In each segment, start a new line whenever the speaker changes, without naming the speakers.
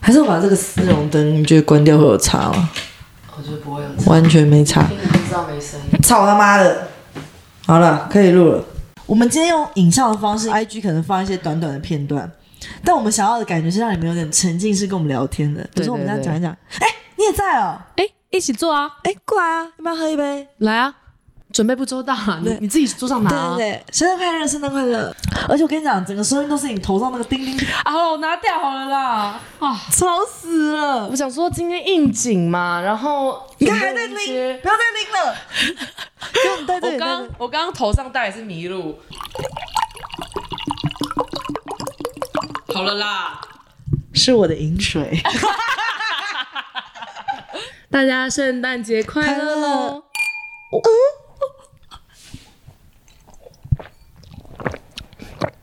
还是我把这个丝绒灯，你觉得关掉会有差吗？
我觉得不会有，
完全没差。
听你就知道没声音。
操他妈的！好了，可以录了。我们今天用影像的方式，IG 可能放一些短短的片段，但我们想要的感觉是让你们有点沉浸式跟我们聊天的。比如说我们这样讲一讲，哎、你也在哦，
哎、一起做啊，
哎、过来啊，要不要喝一杯？
来啊，准备不周到啊，你
对
你自己桌上拿、啊。
对对对，生日快乐，圣诞快乐！而且我跟你讲，整个收音都是你头上那个叮叮，
啊，好了，我拿掉好了啦。啊，
吵死了！
我想说今天应景嘛，然后
你看还在
准备一
拎，
些
不要再拎了。对对
我
对
刚
对，
我刚刚头上戴也是麋鹿。好了啦，
是我的饮水。
大家圣诞节快乐
快
喽哦
乐！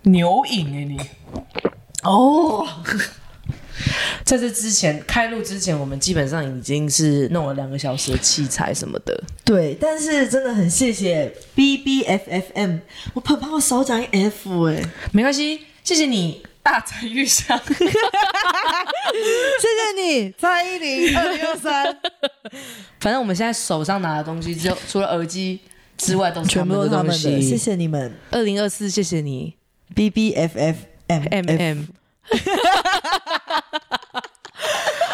牛饮哎、你。
哦，
在这之前，开录之前，我们基本上已经是弄了两个小时的器材什么的。
对，但是真的很谢谢 B B F F M，我很怕我少讲一 F 哎、
没关系，谢谢你大展 玉香。
谢谢你，蔡依林二六三，
反正我们现在手上拿的东西，只有除了耳机之外，都是
全部都是
他
他
们
们
的
的，
东西。
谢。谢你们
二零二四，谢谢你
B B F F M
，M M。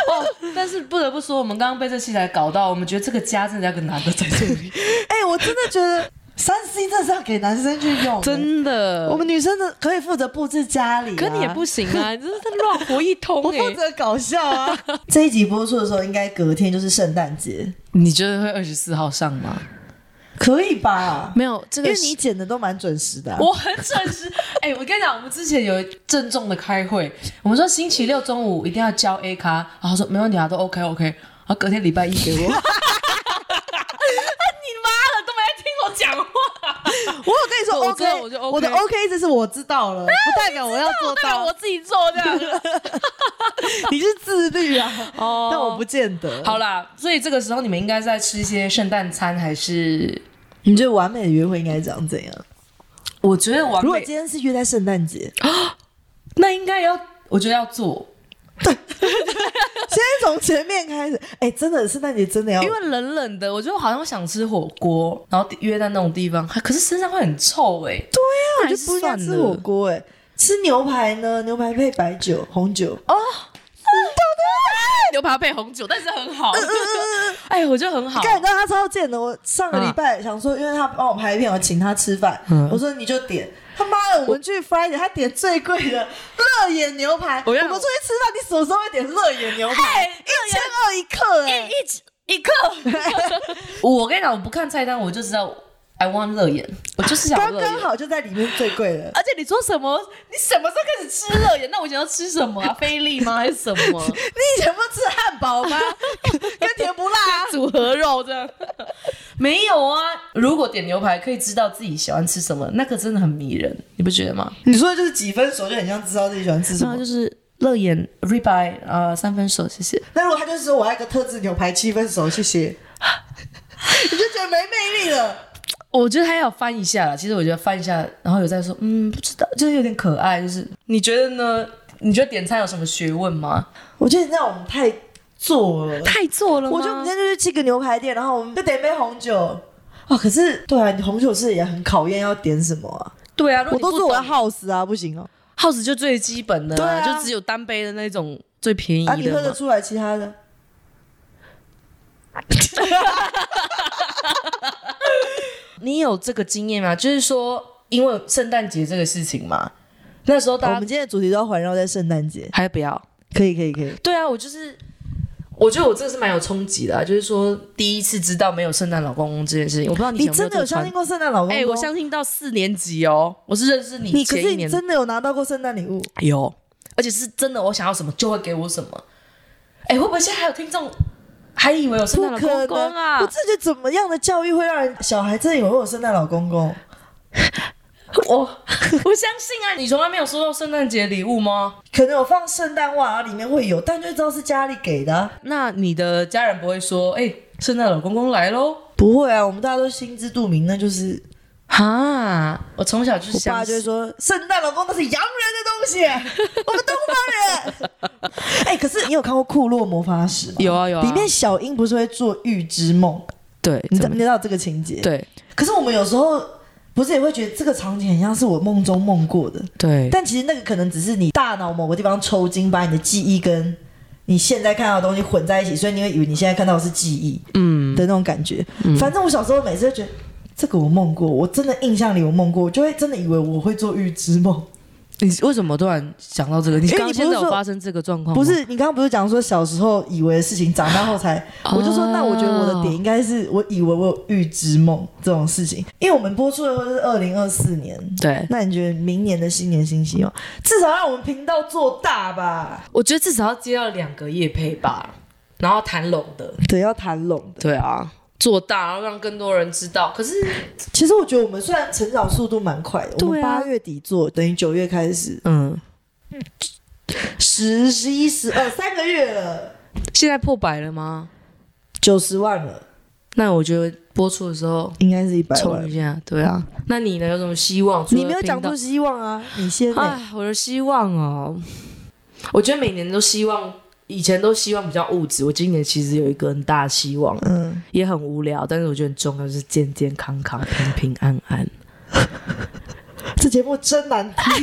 哦，但是不得不说，我们刚刚被这器材搞到，我们觉得这个家真的要跟男的在这里，
哎、我真的觉得三 C 真的是要给男生去用、欸
真的，
Oh
我们女生的可以负责布置家里、
可你也不，行啊，你这是在乱活一通
我
欸
哎、
负责搞笑啊。这一集播出的时候，应该隔天就是圣诞节，
你觉得会二十四号上吗？
可以吧？
没有这
因
个
为
是，
你剪的都蛮准时的啊、
我很准时。哎、我跟你讲，我们之前有郑重的开会，我们说星期六中午一定要交 A 咖，然后说没问题啊，都 OK OK，然后隔天礼拜一给我。你 妈的，都没在听我讲话，
我 有跟你说
我
OK，
知道我就 OK 啊
的 OK 这是我知道了，不代表我要做
哎
代表
到
我，自己做这样。
你是自律啊，
哦
但我不见得。
好，啦，所以这个时候你们应该在吃一些圣诞餐，还是？
你觉得完美的约会应该长怎样？
我觉得完
如果
美
今，天是约在圣诞节，
啊
那应该要，我觉得要做。
先从前面开始，哎、真的圣诞节真的要，
因为冷冷的，我觉得好像想吃火锅，然后约在那种地方，可是身上会很臭哎、对呀、
我就不想吃火锅，哎，吃牛排呢？牛排配白酒、红酒，
牛排配红酒，但是很好。
嗯
哎，我觉得很好。
干，你知道他超贱的。我上个礼拜想说，因为他帮我拍片，我请他吃饭，我说你就点。他妈嗯的，我们去 Friday，他点最贵的乐眼牛排。我
我要
们出去吃饭，你什么时候会点乐眼牛排？
哎
一千二一克，哎，
一一刻，
我跟你讲，我不看菜单，我就知道 I want 乐眼，我就是想
刚
乐眼
刚。好就在里面最贵 的。
而且你说什么？你什么时候开始吃乐眼？那我想要吃什 么啊？菲力吗？还是什么
你以前不吃汉堡吗？ 跟甜不辣啊。
组合肉这样？
没有啊，如果点牛排可以知道自己喜欢吃什么，那个真的很迷人，你不觉得吗？
你说嗯的就是几分熟就很像知道自己喜欢吃什
然后
么
就。是乐眼 ribeye 呃三分熟，谢谢。
那如果他就是说我要一个特制牛排七分熟，谢 谢。你就觉得没魅力了。
哦我觉得还要翻一下啦，其实我觉得翻一下，然后有在说，嗯，不知道，就是有点可爱，就是你觉得呢？你觉得点餐有什么学问吗？
我觉得你那种太做了。
太做了吗？
我觉得我们今天就去吃个牛排店，然后我们就点一杯红酒。啊，可是对啊，你红酒是也很考验要点什么啊？
对啊，如果
我
你不
都说我要
懂
house 啊，不行哦。
house 就最基本的、
对
啦，
啊
就只有单杯的那种最便宜
啊，你
的
喝
嘛。
得出来其他的？哦
你有这个经验吗？就是说，因为圣诞节这个事情嘛，那时候
我
大
们
家
今天的主题都要环绕在圣诞节。
还不要。
可以，可以，可以。
对啊，我就是，我觉得我这个是蛮有冲击的、啊，就是说第一次知道没有圣诞老公公这件事情，我不知道
你
以前
真
有没
的
有
有
这
相
个
信
传。
过圣诞老公公？
哎、我相信到四年级哦，我是认识你
哦你，可
前
是
一
你
年
真的有哎拿到过圣诞礼物？
有，而且是真的，我想要什么就会给我什么。哎、会不会现在还有听众还以为有圣
不
诞老公
可
公
能
啊
我自己怎么样的教育会让人小孩真的以为我有圣诞老公公？
我我相信啊，你从来没有收到圣诞节礼物吗？
可能有放圣诞袜，然后里面会有，但就知道是家里给的啊、
那你的家人不会说，哎、圣诞老公公来喽？
不会啊，我们大家都心知肚明，那就是
哈，
我从小就是
我爸
相
就
信
会说，圣诞老公都是洋人的东西， 我们东方人。哎、可是你有看过《库洛魔法使》吗？
有啊有啊，
里面小樱不是会做预知梦？
对，
你知
怎
你
么
知道这个情节？。
对
可是我们有时候不是也会觉得这个场景很像是我梦中梦过的，
对，
但其实那个可能只是你大脑某个地方抽筋，把你的记忆跟你现在看到的东西混在一起，所以你会以为你现在看到的是记忆
嗯
的那种感觉。反正我小时候每次都觉得这个我梦过，我真的印象里我梦过，我就会真的以为我会做预知梦。
你为什么突然想到这个？你
因为
刚
哎你
刚
不是
现在有
说
发生这个状况
不
吗？
是，你刚刚不是讲说小时候以为的事情，长大后才，
哦
我就说，那我觉得我的点应该是我以为我有预知梦这种事情，因为我们播出的会是二零二四年。
对，
那你觉得明年的新年新希望，至少让我们频道做大吧？
我觉得至少要接到两个夜配吧，然后谈拢的，
对，要谈拢的。
对啊，
做大，然后让更多人知道。可是
其实我觉得我们虽然成长速度蛮快的，我们
对啊
八月底做，等于九月开始，
嗯，
十、十一、十二，三个月了，
现在破百了吗？
九十万了，
那我觉得播出的时候
应该是一百
冲
万
一。下，对啊。那你呢？有什么希望？
你没有讲
出
出希望啊？你先、欸，
哎，我的希望哦，
我觉得每年都希望，以前都希望比较物质，我今年其实有一个很大的希望，
嗯。
也很无聊，但是我觉得很重要，就是健健康康、平平安安。
这节目真难听，
不然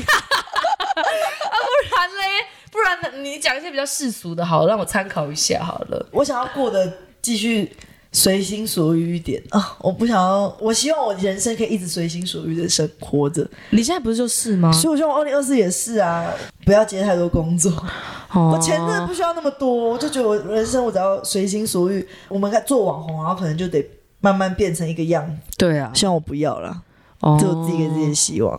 嘞，不然呢你讲一些比较世俗的，好，让我参考一下好了。
我想要过得继续随心所欲一点啊！我不想要，我希望我人生可以一直随心所欲的生活着，
你现在不是就是吗？
所以我希望二零二四也是啊，不要接太多工作，
哦
我钱真的不需要那么多，我就觉得我人生我只要随心所欲，我们做网红，然后可能就得慢慢变成一个样子，
对啊，
希望我不要啦，
哦
这是我自己给自己的希望。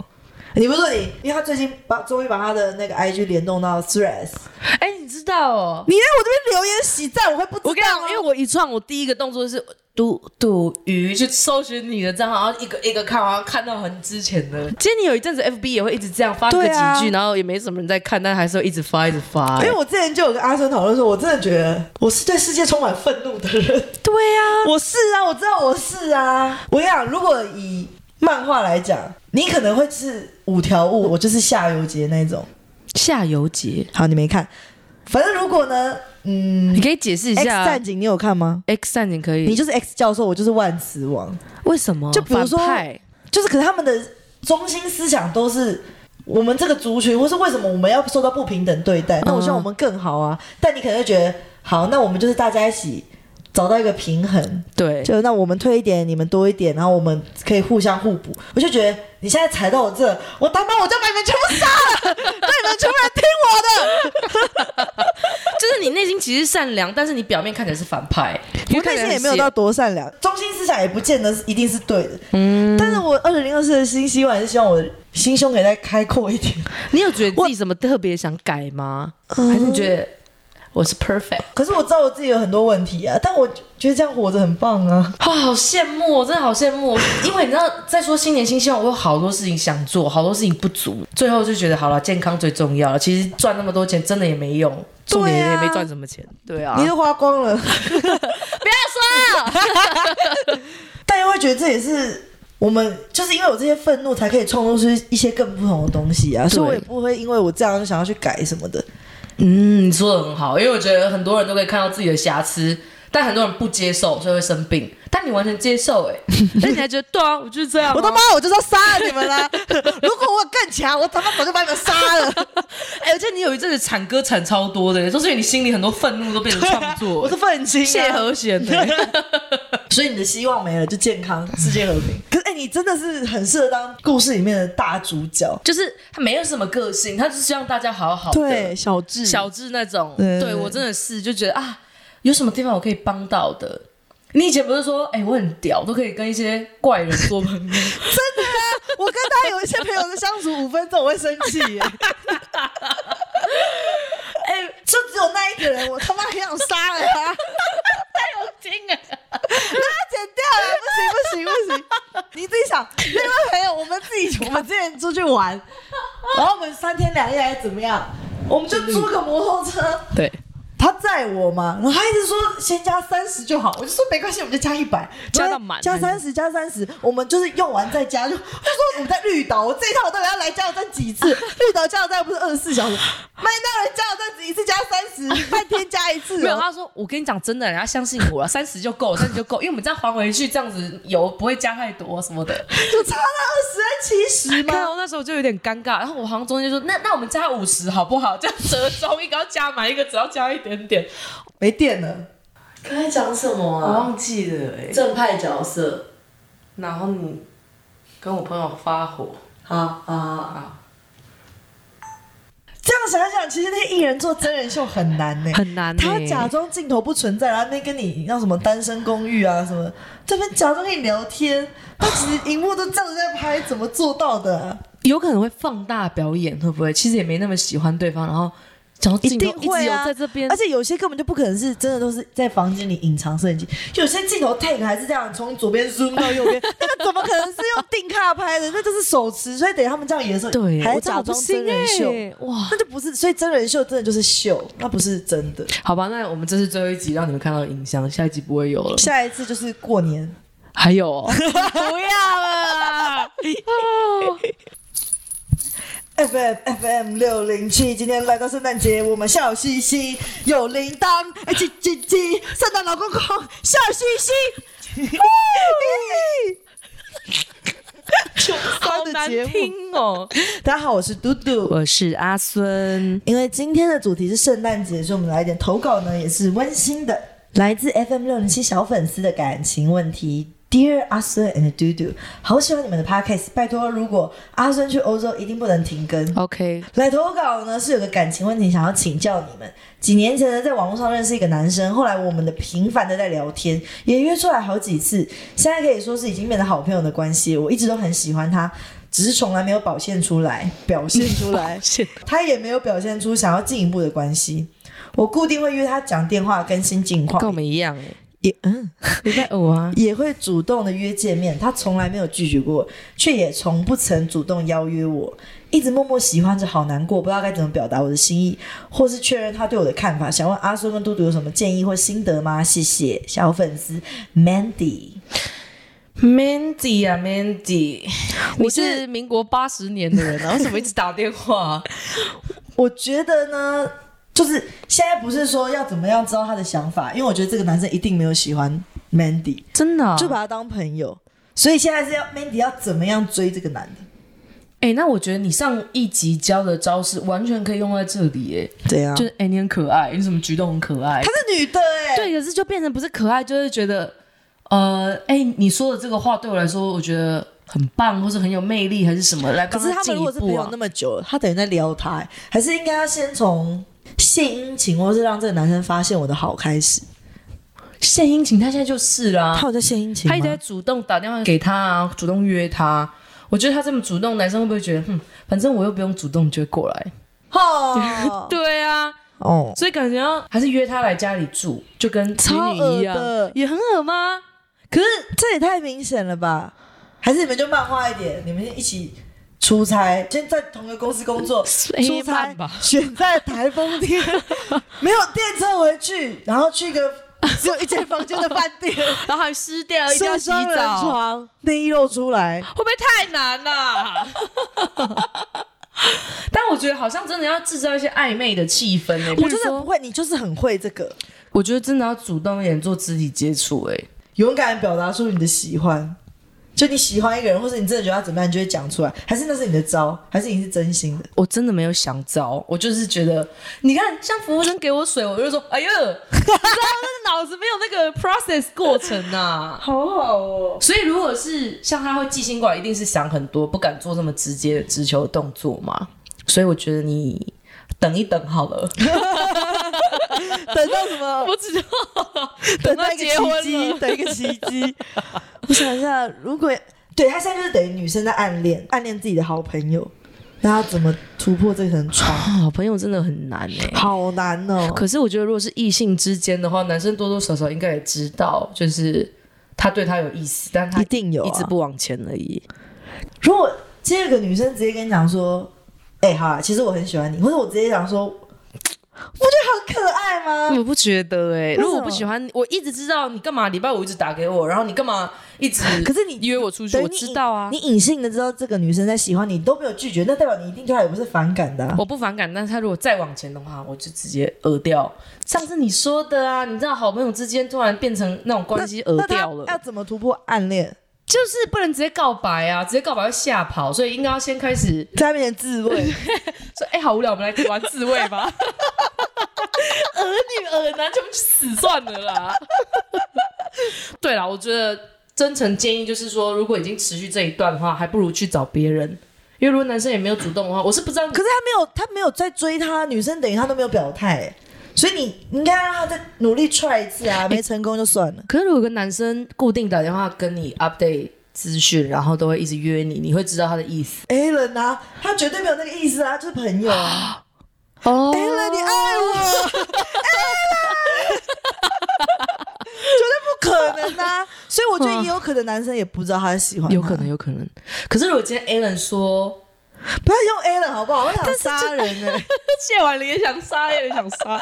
你不是说你，因为他最近把终于把他的那个 IG 联动到 Threads，
哎，你知道哦，
你在我这边留言喜赞，我会不知道、啊。
我跟你讲，因为我一创，我第一个动作是赌赌鱼去搜寻你的账号，然后一个一个看，然后看到很之前的。其实你有一阵子 FB 也会一直这样发个
对
几
啊
句，然后也没什么人在看，但还是会一直发一直发、
因
哎
为我之前就有跟阿生讨论说，我真的觉得我是对世界充满愤怒的人。
对呀、
我是啊，我知道我是啊。我跟你讲，如果以漫画来讲，你可能会是五条悟，我就是夏油杰那种。
下游节，
好，你没看，反正如果呢，嗯
你可以解释一
，X
啊
下
战警你有看吗？
X 战警可以
你就是 X 教授，我就是万磁王，
为什么？
就比如说
反派
就是可是他们的中心思想都是。我们这个族群，或是为什么我们要受到不平等对待？那我希望我们更好啊！但你可能会觉得，好，那我们就是大家一起找到一个平衡，
对，
就那我们退一点，你们多一点，然后我们可以互相互补。我就觉得你现在踩到我这，我他妈我就把你们全部杀 了，让你们全部人听我的。
就是你内心其实善良，但是你表面看起来是反派。
我内心也没有到多善良，中心思想也不见得是一定是对的。嗯，但是我二零二四的新希望还是希望我的心胸可以再开阔一点。
你有觉得自己什么特别想改吗？
还是你觉得我是 perfect
可是我知道我自己有很多问题啊，但我觉得这样活着很棒啊。
啊、好羡慕，我真的好羡慕。哦因为你知道，在说新年新希望，我有好多事情想做，好多事情不足，最后就觉得好了，健康最重要了。其实赚那么多钱真的也没用，重点也没赚什么钱。对啊，
你都花光了，
不要说了，啊
但又会觉得这也是我们，就是因为我这些愤怒，才可以创作出一些更不同的东西啊。所以我也不会因为我这样就想要去改什么的。
嗯，你说的很好，因为我觉得很多人都可以看到自己的瑕疵，但很多人不接受，所以会生病。但你完全接受、欸，哎，
但你还觉得对啊，我就是这样啊、
我他妈我就是要杀了你们啦！ 如果我更强，我他妈早就把你们杀了。
哎、而且你有一阵子产歌产超多的、都是因为你心里很多愤怒都变成创作、
我是愤青、啊，
谢和弦欸的、
所以你的希望没了，就健康、世界和平。可是哎、你真的是很适合当故事里面的大主角。
就是他没有什么个性，他就是让大家好好的。
对，，小智，
小智那种，
对
对我真的是就觉得啊，有什么地方我可以帮到的。你以前不是说，哎、我很屌，都可以跟一些怪人做朋友，
真的啊！我跟他有一些朋友的相处五分钟，我会生气 耶。哎、就只有那一个人，我他妈很想杀了他。
真
啊
的。
剪掉了，不行不行不行！你自己想，那位朋友，我们 自己，我们之前出去玩，然后我们三天两夜还是怎么样？我们就租个摩托车，
对，
他真载我嘛，然后他一直说先加三十就好，我就说没关系，我们就加一百，
加到满
加三十，加三十，我们就是用完再加。就他说我们在绿岛，我这一趟我到底要来加油站几次？绿岛加油站不是二十四小时，麦当劳加油站只一次加三十，半天加一次、哦。
没有，他说我跟你讲真的，人家相信我了， 三十就够，三十就够，因为我们这样还回去，这样子油不会加太多什么 的，
就差那二十七十
看
吗？
我那时候就有点尴尬，然后我好像中间就说，那那我们加五十好不好？这样折中，一个要加满，一个只要加一点点。
没电了，
刚才讲什么
我？忘记了
欸
哎、
正派角色，然后你跟我朋友发火，
好啊啊！这样想想，其实那些艺人做真人秀很难呢、
很难、欸。
他假装镜头不存在，然后那跟你要什么单身公寓啊什么，这边假装跟你聊天，他其实荧幕都照着在拍，怎么做到的啊、
有可能会放大表演，会不会？其实也没那么喜欢对方，然后然后
一
镜头
定
一直
会
有
啊，
在这边，
而且有些根本就不可能是真的，都是在房间里隐藏摄影机。有些镜头 take 还是这样，从左边 zoom 到右 边，那个怎么可能是用定卡拍的？那就是手持，所以等他们这样演的时候，
对
还要
我真
假
的不
装
行
真人秀，
欸哇，
那就不是。所以真人秀真的就是秀，那不是真 的。
好吧，那我们这是最后一集，让你们看到影像，下一集不会有了。
下一次就是过年，
还有、哦 不要了。
FM FM 六零七，今天来到圣诞节，我们笑嘻嘻，有铃铛，哎叽叽叽，圣诞老公公笑嘻 嘻， 好
好难听哦！
大家好，我是嘟嘟。
我是阿孙，
因为今天的主题是圣诞节，所以我们来一点投稿呢，也是温馨的，来自 FM 六零七小粉丝的感情问题。Dear 阿孙 and 嘟嘟，好喜欢你们的 podcast，拜托，如果阿孙去欧洲，一定不能停更。
OK，
来投稿呢是有个感情问题想要请教你们。几年前呢，在网络上认识一个男生，后来我们的频繁的在聊天，也约出来好几次，现在可以说是已经变成好朋友的关系。我一直都很喜欢他，只是从来没有表现出来，表现出 来，他也没有表现出想要进一步的关系。我固定会约他讲电话更新近况，
跟我们一样哎，
也嗯。
礼拜五啊，
也会主动的约见面，他从来没有拒绝过，却也从不曾主动邀约我，一直默默喜欢着，好难过，不知道该怎么表达我的心意，或是确认他对我的看法。想问阿孙跟嘟嘟有什么建议或心得吗？谢谢小粉丝 Mandy。
Mandy 啊，Mandy，我是民国八十年的人啊，为什么一直打电话、 啊？
我觉得呢，就是现在不是说要怎么样知道他的想法，因为我觉得这个男生一定没有喜欢 Mandy，
真的、啊，
就把他当朋友。所以现在是要 Mandy 要怎么样追这个男的？
哎、那我觉得你上一集教的招式完全可以用在这里，哎，
对啊
就是哎、你很可爱，你什么举动很可爱
她，是女的哎、
对，可是就变成不是可爱，就是觉得，呃，哎、你说的这个话对我来说，我觉得很棒，或是很有魅力，还是什么，来
可
帮
是他
进
们如
一
果是朋
步
友
啊
那。么久了，他等于在撩他、欸，还是应该要先从献殷勤，或是让这个男生发现我的好开始？
献殷勤，他现在就是啦、
他有在献殷勤
他
吗
一直在主动打电话给他啊，主动约他。我觉得他这么主动，男生会不会觉得，哼，反正我又不用主动，你就会过来？
哦
对啊，
哦，
所以感觉要还是约他来家里住，就跟情
超
侣一
恶
样，
的，
也很恶吗？
可是这也太明显了吧？还是你们就漫画一点，你们一起出差，先在同一个公司工作，出差
慢吧
选在台风 天，没有电车回去，然后去一个只有一间房间的饭 店，
然后还湿掉，一定要
睡
洗
双人
澡，
床，内衣露出来，
会不会太难啊啦、 但我觉得好像真的要制造一些暧昧的气氛欸
我真
比
的
如
不
说
会，你就是很会这个。
我觉得真的要主动一点做肢体接触、欸，
勇敢地表达出你的喜欢，就你喜欢一个人，或者你真的觉得他怎么样，你就会讲出来，还是那是你的招，还是你是真心 的？
我真的没有想招，我就是觉得，你看，像服务生给我水，我就说，哎呦，你知道那脑子没有那个 process 过程啊 呐、
好好哦，
所以如果是像他会记性过来，一定是想很多，不敢做这么直接的直球动作嘛。所以我觉得你等一等好了，
等到什么？
我知道，
等
到
到一个
结婚
奇迹，
了
等一个奇迹。我想一下，如果对他现在就是等于女生在暗恋，暗恋自己的好朋友，那要怎么突破这层窗？
好朋友真的很难哎、
好难哦。
可是我觉得，如果是异性之间的话，男生多多少少应该也知道，就是他对他有意思，但他
一定有啊
一直不往前而已。
如果今天有个女生直接跟你讲啊说，哎、好啦，其实我很喜欢你，或者我直接讲说，我觉得很可爱吗？吗？
我不觉得哎、
什么
如果我不喜欢，我一直知道你干嘛，礼拜五一直打给我，然后你干嘛一直
可是你
约我出去，
等于
我
你
知道啊
你，隐性的知道这个女生在喜欢你，你都没有拒绝，那代表你一定对她也不是反感的啊、
我不反感，但是他如果再往前的话，我就直接讹掉。上次你说的啊，你知道好朋友之间突然变成那种关系讹
那她
掉了，
要怎么突破暗恋？
就是不能直接告白啊，直接告白会吓跑，所以应该要先开始
在她面前自 慰，
说，哎、好无聊，我们来玩自慰吧。儿女儿男全部去死算了啦。对啦，我觉得真诚建议就是说，如果已经持续这一段的话，还不如去找别人，因为如果男生也没有主动的话，我是不知道你
可是他没有，他没有在追她，女生等于他都没有表态、欸所以你你应该让他再努力 try 一次啊，
哎
没成功就算了。
可是如果有个男生固定打电话跟你 update 资讯，然后都会一直约你，你会知道他的意思。
Alan 啊，他绝对没有那个意思啊，就是朋友啊。
哦
Alan，你爱我，Alan，绝对不可能啊！所以我觉得也有可能男生也不知道他喜欢他，
有可能，有可能。可是如果今天 Alan 说
不要用 Alan 好不好？我想杀人呢、
谢婉玲也想杀，也想杀，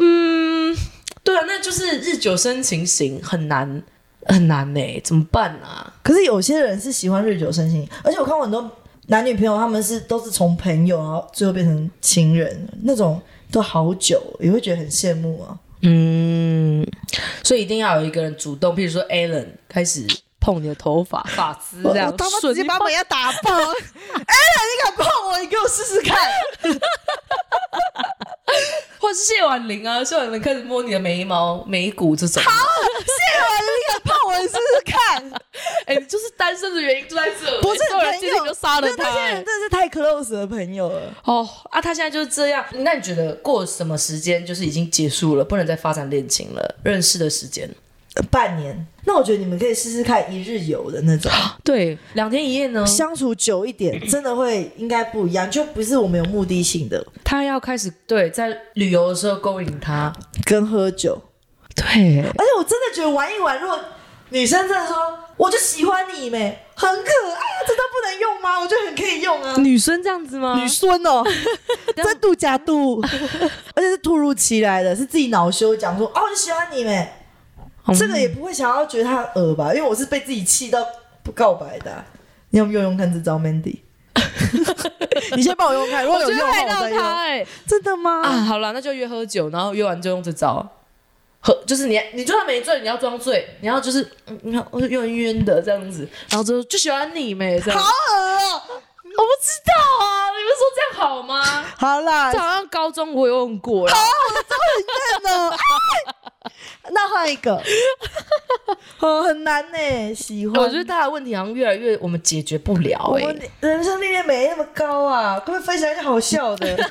嗯，对啊，那就是日久生情型，很难很难呢、怎么办啊？
可是有些人是喜欢日久生情，而且我看过很多男女朋友，他们是都是从朋友，然后最后变成情人，那种都好久，也会觉得很羡慕啊。
嗯，所以一定要有一个人主动，譬如说 Alan 开始碰你的头发、发丝
我
这样
我，他妈直
顺
接把门牙打 爆！哎呀，你敢碰我，你给我试试看！
或是谢婉玲啊，谢婉玲开始摸你的眉毛、眉骨这种。
谢婉玲，你敢碰我，你试试看！
哎、你就是单身的原因就在这，
不是
哎对啊
朋
今天
友，
就杀了
那
他、
那些
哎
人真的是太 close 的朋友了。
哦啊，他现在就是这样。那你觉得过什么时间就是已经结束了，不能再发展恋情了？认识的时间？
呃半年，那我觉得你们可以试试看一日游的那种，
对，两天一夜呢？
相处久一点，真的会应该不一样，就不是我们有目的性的
他要开始对，在旅游的时候勾引他。
跟喝酒。
对，
而且我真的觉得玩一玩，如果女生真的说我就喜欢你没，很可爱啊，这都不能用吗？我觉得很可以用啊。
女生这样子吗
女孙哦，真度假度，而且是突如其来的，是自己恼羞讲说哦，我就喜欢你没，这个也不会想要觉得他恶吧？因为我是被自己气到不告白的啊、你要不要用用看这招，Mandy？你先帮我用看，如果有
我
用
觉
的
得
话我
害到
再
他
用。
哎、
真的吗？
啊，好了，那就约喝酒，然后约完就用这招。喝就是你，你就算没醉，你要装醉，你要就是，嗯你看我就晕晕的这样子，然后就就喜欢你没这样。
好恶哦、
我不知道啊，你们说这样好吗？
好啦，
这好像高中我有用过啦，
呢？ 那换一 个，哦，很难呢、喜欢。
我觉得大家的问题好像越来越我们解决不了
我
哎、
们人生历练没那么高啊，可不可以分享一些好笑的？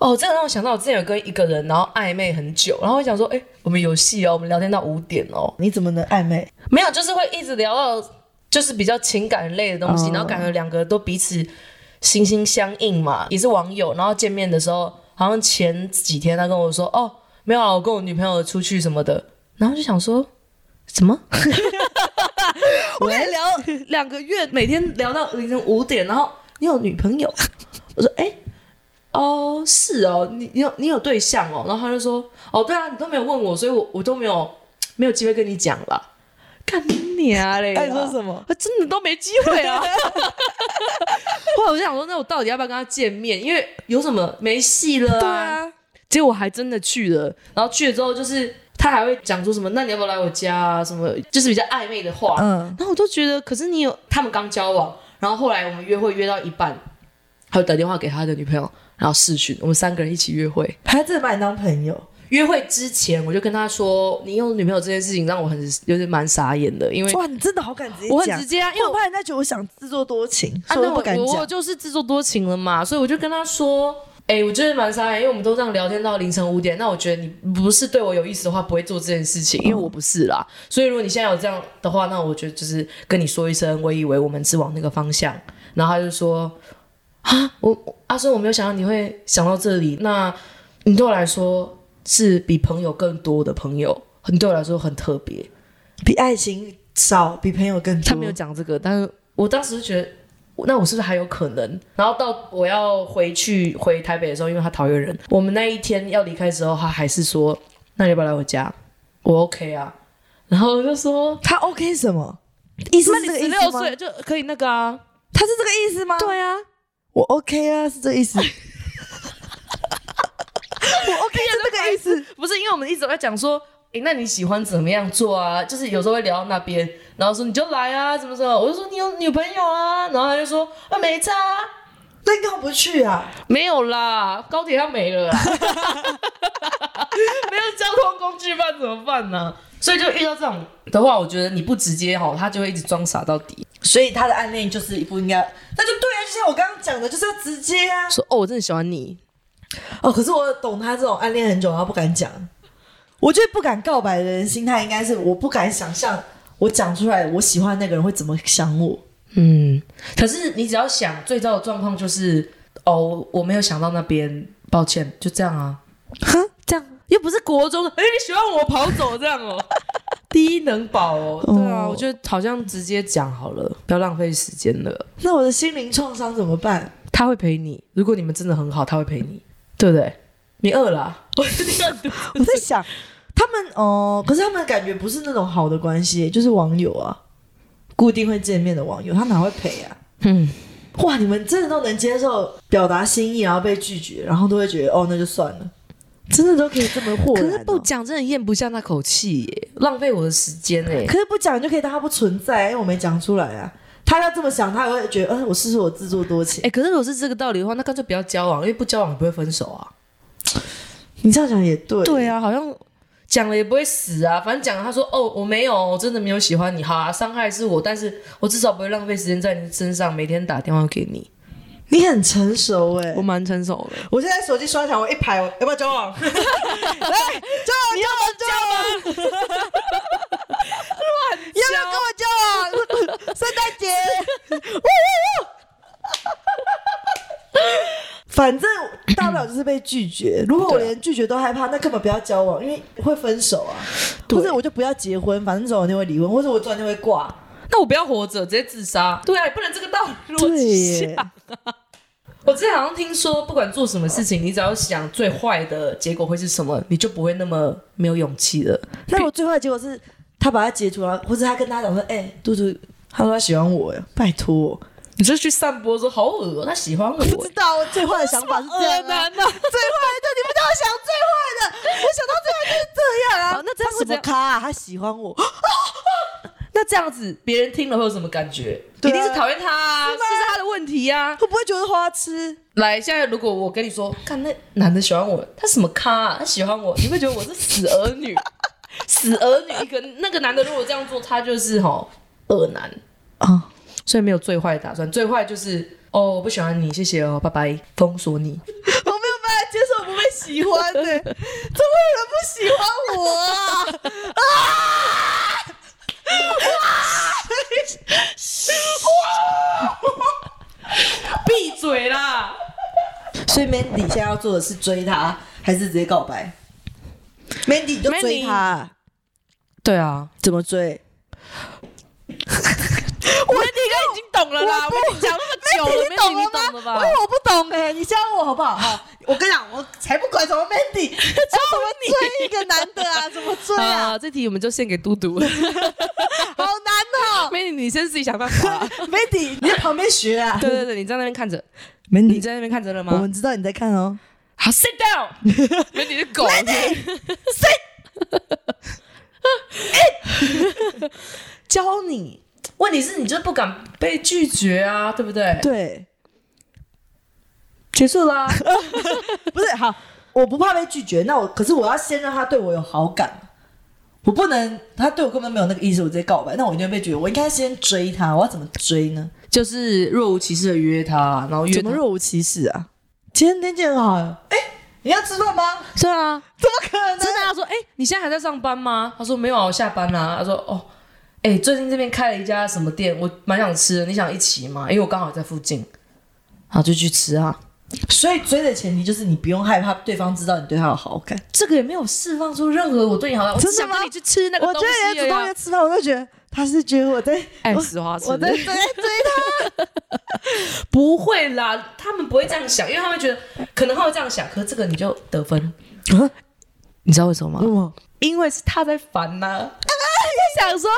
哦，这个让我想到我之前有跟一个人，然后暧昧很久，然后我想说，哎、我们游戏哦，我们聊天到五点哦，
你怎么能暧昧？
没有，就是会一直聊到就是比较情感类的东西，
哦
然后感觉两个都彼此心心相印嘛，也是网友，然后见面的时候，好像前几天他跟我说，哦，没有啊，我跟我女朋友出去什么的，然后就想说，什么？我跟你聊啊两个月，每天聊到凌晨五点，然后你有女朋友？我说，哎、哦，是哦，你你有你有对象哦，然后他就说，哦，对啊，你都没有问我，所以我我都没有没有机会跟你讲啦。看你啊嘞！
哎，你说什么？
我真的都没机 会啊！后来我就想说，那我到底要不要跟他见面？因为有什么没戏了、啊？
对啊，
结果还真的去了，然后去了之后，就是他还会讲出什么，那你要不要来我家啊？什么就是比较暧昧的话。
嗯，
然后我都觉得，可是你有他们刚交往，然后后来我们约会约到一半，他就打电话给他的女朋友，然后视讯，我们三个人一起约会。
还真的把你当朋友，
约会之前，我就跟他说，你有女朋友这件事情让我很有点蛮傻眼的，因为
哇，你真的好敢直接
我很
讲
直，接啊，因为
我
我
怕人家觉得我想自作多情，
啊，
所以
那
我不敢
我我
讲。
就是自作多情了嘛，所以我就跟他说，哎、我觉得蛮傻眼，因为我们都这样聊天到凌晨五点，那我觉得你不是对我有意思的话，不会做这件事情，因为我不是啦。所以如果你现在有这样的话，那我觉得就是跟你说一声，我以为我们是往那个方向，然后他就说，啊，我阿生、所以我没有想到你会想到这里，那你对我来说是比朋友更多的朋友，你对我来说很特别。
比爱情少，比朋友更多。
嗯他没有讲这个，但是我当时就觉得那我是不是还有可能？然后到我要回去回台北的时候，因为他桃园人，我们那一天要离开的时候，他还是说：“那你要不要来我家？”我 OK 啊。然后我就说
他 OK 什么？意思
那
是这个意
你十六
思吗？
岁就可以那个啊，
他是这个意思吗？
对啊，
我 OK 啊，是这个意 思。我 OK 是这个意思。
不是因为我们一直在讲说，诶，那你喜欢怎么样做啊？就是有时候会聊到那边，然后说你就来啊，怎么怎么，我就说你有女朋友啊，然后他就说啊没差啊，
那你干嘛不去啊？
没有啦，高铁要 没了啦，没有交通工具办怎么办呢、所以就遇到这种的话，我觉得你不直接吼，他就会一直装傻到底，
所以他的暗恋就是不应该，那就对啊，就像我刚刚讲的，就是要直接啊。
说哦，我真的喜欢你，
哦，可是我懂他这种暗恋很久，然后不敢讲。我觉得不敢告白的人心态应该是，我不敢想象我讲出来，我喜欢那个人会怎么想我。
嗯，可是你只要想最糟的状况就是哦，我没有想到那边，抱歉，就这样啊。
这样
又不是国中的，哎、你喜欢我跑走这样哦， 低能保哦，对啊，
哦
我觉得好像直接讲好了，不要浪费时间了。
那我的心灵创伤怎么办？
他会陪你，如果你们真的很好，他会陪你，对不对？你饿了、啊，我是这样读，
我在想，他们哦、可是他们感觉不是那种好的关系，就是网友啊，固定会见面的网友，他哪会陪啊？
嗯，
哇，你们真的都能接受表达心意，然后被拒绝，然后都会觉得哦，那就算了，真的都可以这么豁然、哦。
可是不讲真的咽不下那口气耶，浪费我的时间哎。
可是不讲就可以当他不存在，因为我没讲出来啊。他要这么想，他也会觉得，嗯、我是不是我自作多情
哎、？可是如果是这个道理的话，那干脆不要交往，因为不交往也不会分手啊。
你这样想也对，
对啊，好像讲了也不会死啊，反正讲了他说哦，我没有，我真的没有喜欢你，好啊，伤害是我，但是我至少不会浪费时间在你身上，每天打电话给你，
你很成熟哎、
我蛮成熟的。
我现在手机刷墙，我一排，我要不要 哎交往？来，交往，交往，交往，要不要跟我交往？圣诞节， 呜呜呜！ 反正大不了就是被拒绝。如果我连拒绝都害怕，那根本不要交往，因为会分手啊。或者我就不要结婚，反正总有一天会离婚，或者我早晚就会挂。
那我不要活着，直接自杀。对啊，也不能这个道理逻
对
辑
耶
下。我之前好像听说，不管做什么事情，你只要想最坏的结果会是什么，你就不会那么没有勇气了。
那我最坏的结果是他把他截图了，或者他跟他讲说：“哎、嘟嘟，他说他喜欢我，哎，拜托。”
你就去散播说好恶、哦，他喜欢我。
不知道，最坏的想法是这样、啊。
呐！
最坏的，你们都要想最坏的。我想到最坏就是这样啊。
好那这样会
他什
怎
么
样
咖啊？他喜欢我，
那这样子，别人听了会有什么感觉？
对
一
啊
定是讨厌他、啊，是他的问题呀、啊。
会不会觉得花痴？
来，现在如果我跟你说，看 那男的喜欢我，他什么咖、啊？他喜欢我，你会觉得我是死儿 女，死儿女一个。那个男的如果这样做，他就是吼恶男
啊，
所以没有最坏的打算，最坏就是哦，我不喜欢你，谢谢哦，拜拜，封锁你。
我没有办法接受我不被喜欢呢、怎么有人不喜欢我啊？
闭嘴啦！
所以 Mandy 现在要做的是追他，还是直接告白？Mandy 你就追他，啊
对啊，
怎么追？
我你应该已经懂了啦，我跟你讲那么久了，没
懂
你
了吗？
懂了吧
哎？我不懂哎、你教我好不好？好，我跟你讲，我才不管什么 Mandy，教怎么追一个男的啊，怎么追啊？
啊，这题我们就献给嘟嘟。
好难 哦、
美女，你先自己想办 法、
Mandy，你在旁边学啊
对对对，你在那边看着，你
，Mandy，
在那边看着了吗？
我们知道你在看哦。
好，sit down。美女是 狗。教你，问题是你就不敢被拒绝啊，对不对？
对，
结束啦。
不是好，我不怕被拒绝，那我可是我要先让他对我有好感。我不能，他对我根本没有那个意思，我直接告白，那我一定会被拒绝。我应该先追他，我要怎么追呢？
就是若无其事的约他，然后约
怎么
他。
若无其事啊？今天天气很好啊，哎、你要吃饭吗？
对啊，
怎么可能？
真的。他说，哎、你现在还在上班吗？他说没有啊，我下班啦、他说，哦，哎、最近这边开了一家什么店，我蛮想吃的，你想一起吗？因为我刚好在附近，好就去吃啊。
所以追的前提就是你不用害怕对方知道你对他有好感。
这个也没有释放出任何我对你好感，我只
真的
想
吗
跟你去吃那个
我
东
觉
西
得
而已啊。
连主动约吃饭，我都觉得他是觉得我在
爱
我
死花
我
痴，
在追追他，
不会啦，他们不会这样想，因为他们觉得可能他会这样想，可是这个你就得分，
啊
你知道为什么吗？
我
因为是他在烦呐、
想说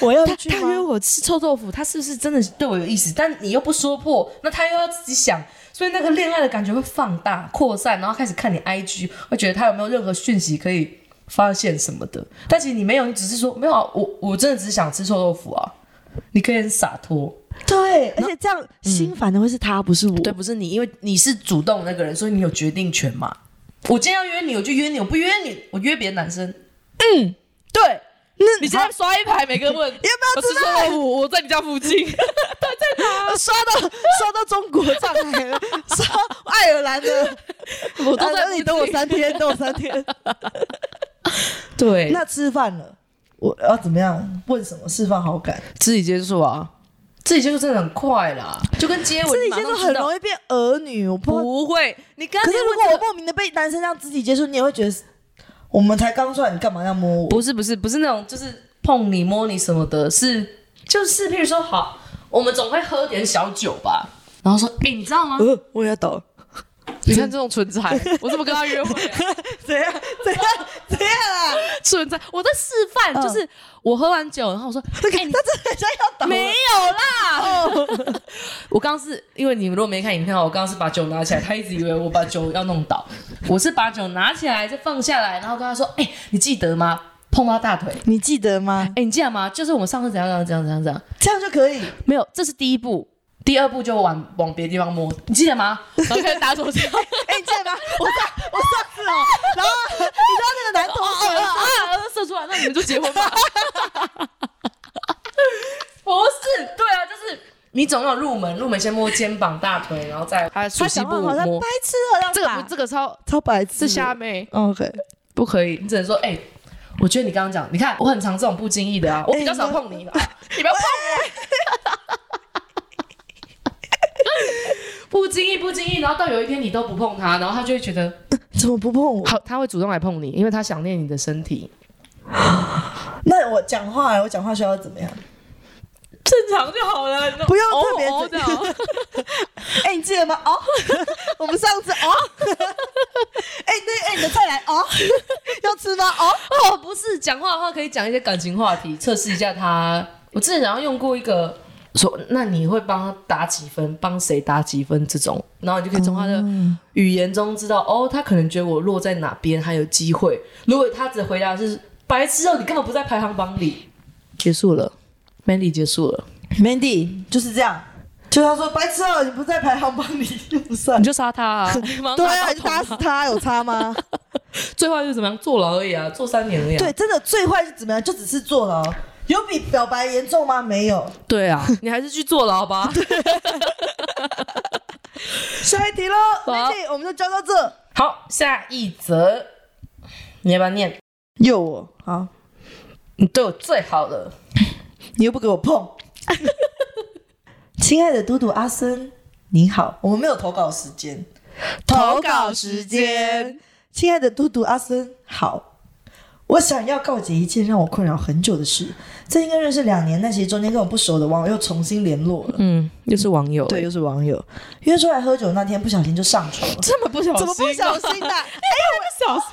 我要
他
去
他约
吗？
我吃臭豆腐，他是不是真的？
对我有意思，但你又不说破，那他又要自己想，所以那个恋爱的感觉会放大、扩散，然后开始看你 IG，会觉得他有没有任何讯息可以发现什么的。但其实你没有，你只是说没有啊，我我真的只是想吃臭豆腐啊，你可以很洒脱。
对，而且这样心烦的会是他，不是我。
对，不是你，因为你是主动那个人，所以你有决定权嘛。我今天要约你，我就约你；我不约你，我约别的男生。
对，
那
你现在刷一排，每个人问要
要不要
吃
吃辣
臭豆腐？我在你家附近，
我刷到刷到中国上海 了，刷爱尔兰的，
我都
啊
在
那你等我三天，等我三 天。
对那
那吃饭了，我要怎么样？问什么释放好感？
肢体接触啊，
自己接触真的很快啦，就跟接吻
自己
马
接
上
触
知
很
道
容易变儿女，我不知道
不会，你刚
可
刚
是如果我莫名的被男生这样肢体接触，你也会觉得我们才刚出来，你干嘛要摸我？
不是不是不
不是那种就是碰你摸你什么的，是就是譬如说好，我们总会喝点小酒吧，然后说哎、你知道吗？
啊
呃，我也 要倒，
你看这种蠢材，我怎么跟他约会、 啊？
怎样怎样怎样啊？
蠢材，我在示范，
嗯
就是我喝完酒，然后我说
这个
欸
他真的想要 倒了，
哎没有啦，
哦我刚刚是因为你们如果没看影片的话，我刚刚是把酒拿起来，他一直以为我把酒要弄倒，我是把酒拿起来再放下来，然后跟他说哎、你记得吗？碰到大腿，
你记得吗
哎、？你记得吗？就是我们上次怎样怎样怎样怎样怎样，
这样就可以。
没有，这是第一步。
第二步就往往别的地方摸，你记得吗？然后开始打手枪，
哎，你记得吗？我上我上次哦，然后你知道那个男同学
啊，射出来，那你们就结婚吧。
不是，对啊，就是你总要入门，入门先摸肩膀、大腿，然后再
还
他
熟悉
讲
不
话好像
摸
白，痴哦，
这
这
个
样
不
打
这个超
超白痴
是
的哦
虾。妹，
OK，
不可以。
你只能说，哎、我觉得你刚刚讲，你看我很常这种不经意
哎
的啊，我比较少碰你了、啊， 你不要碰我。 不经意，不经意，然后到有一天你都不碰他，然后他就会觉得，
怎么不碰我？
好，他会主动来碰你，因为他想念你的身体。
那我讲话，我讲话需要怎么样？
正常就好了，
不用特别
哦哦的哦。
哎，你记得吗？哦， 我们上次哦， 哎，那哎，你的菜来哦，要吃吗？哦，
哦，不是，讲话的话可以讲一些感情话题，测试一下他。我之前好像用过一个。说，那你会帮他打几分？帮谁打几分？这种，然后你就可以从他的
哦
语言中知道，哦，他可能觉得我落在哪边还有机会。如果他只回答是白痴哦，你根本不在排行榜里，结束了，Mandy 结束了，
Mandy 就是这样，就他说白痴哦，你不在排行榜里就不算
你。就杀他 啊！马上
对啊，
拿刀
你
捅
打死他有差吗？
最坏就是怎么样坐牢而已啊，坐三年而已、啊。
对，真的最坏是怎么样？就只是坐牢，有比表白严重吗？没有。
对啊，你还是去坐牢吧。
下一题喽，Mandy，我们就教到这。
好，下一则，你要不要念？
又我好，
你对我最好了，
你又不给我碰。 亲爱的嘟嘟阿森，你好，我们没有投稿时间，
投稿时间。
亲爱的嘟嘟阿森，好，我想要告解一件让我困扰很久的事。这应该认识两年，但其实中间跟我不熟的网友又重新联络了。
嗯，又是网友，
对，，又是网友约出来喝酒那天，不小心就上床了。
这么不小心啊，
怎么不小心的、
小心，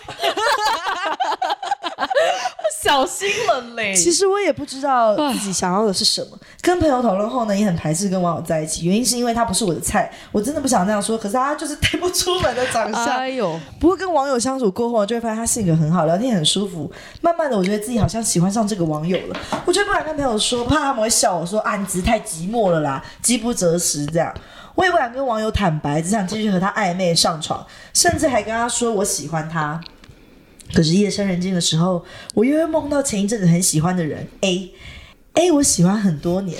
小心了嘞！
其实我也不知道自己想要的是什么。跟朋友讨论后呢，也很排斥跟网友在一起，原因是因为他不是我的菜，我真的不想这样说。可是他就是带不出门的长相。
哎呦，
不过跟网友相处过后，就会发现他性格很好，聊天很舒服。慢慢的，我觉得自己好像喜欢上这个网友了。我就不敢跟朋友说，怕他们会笑我说啊，你只是太寂寞了啦，饥不择食这样。我也不敢跟网友坦白，只想继续和他暧昧上床，甚至还跟他说我喜欢他。可是夜深人静的时候，我又会梦到前一阵子很喜欢的人 A。A 我喜欢很多年，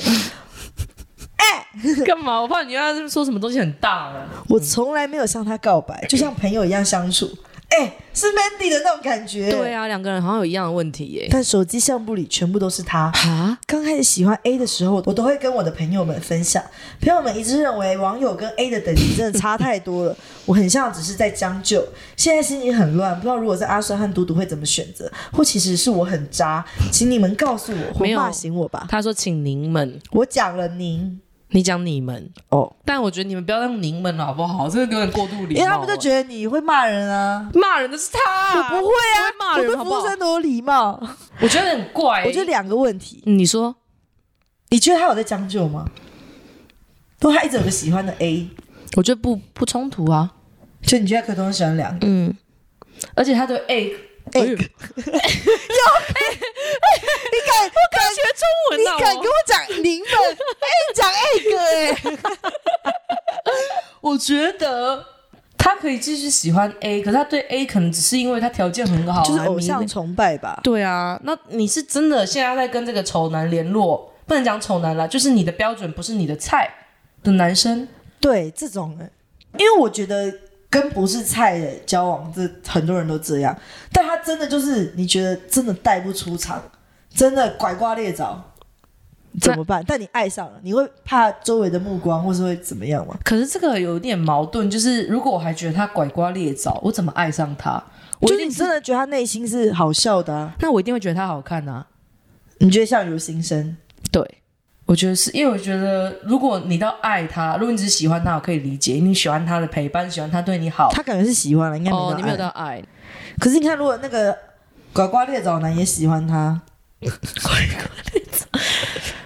干嘛？我怕你刚才说什么东西很大了。
我从来没有向他告白，就像朋友一样相处。哎、是 Mandy 的那种感觉。
对啊，两个人好像有一样的问题耶。
但手机相簿里全部都是他。
啊，
刚开始喜欢 A 的时候，我都会跟我的朋友们分享，朋友们一致认为网友跟 A 的等级真的差太多了，我很像只是在将就。现在心里很乱，不知道如果是阿酸和嘟嘟会怎么选择，或其实是我很渣，请你们告诉我，或
没有
骂醒我吧。
他说：“请您们，
我讲了您
你讲你们，
哦，
但我觉得你们不要用您们了，好不好？这个有点过度
啊
礼貌。”
因为他们就觉得你会骂人啊。
得骂人的是他，
我不会啊，
不会骂人
我对
好
服
不好哎
务生都有礼貌。
我觉得很怪、
我觉得两个问题，
你说
你觉得他有在将就吗？都他一直有个喜欢的 A，
我觉得不不冲突啊。
就你觉得可能喜欢两个，
嗯，
而且他对 A，
哎有，哎哎你敢我敢学
中文啊
你敢
我
跟我讲零分？ 哎，你讲 A 哥哎，
我觉得他可以继续喜欢 A，可是他对 A 可能只是因为他条件很好啊，
就是偶
迷
像
恋。
崇拜吧？
对啊，那你是真的现在在跟这个丑男联络，不能讲丑男啦，就是你的标准不是你的菜的男生，
对，这种人，因为我觉得跟不是菜的交往，这很多人都这样，但他真的就是你觉得真的带不出场，真的拐瓜裂枣。怎么办？但你爱上了，你会怕周围的目光，或是会怎么样吗？
可是这个有点矛盾，就是如果我还觉得他拐瓜裂枣，我怎么爱上他？我
就
一
是
定
你
是
真，的觉得他内心是好笑的、啊，
那我一定会觉得他好看啊。
你觉得相由心生，
对，
我觉得是因为我觉得，如果你到爱他，如果你只是喜欢他，我可以理解，你喜欢他的陪伴，喜欢他对你好。
他感觉是喜欢了，应该没
哦，你没有
到爱。
到爱，
可是你看，如果那个拐瓜裂枣男也喜欢他，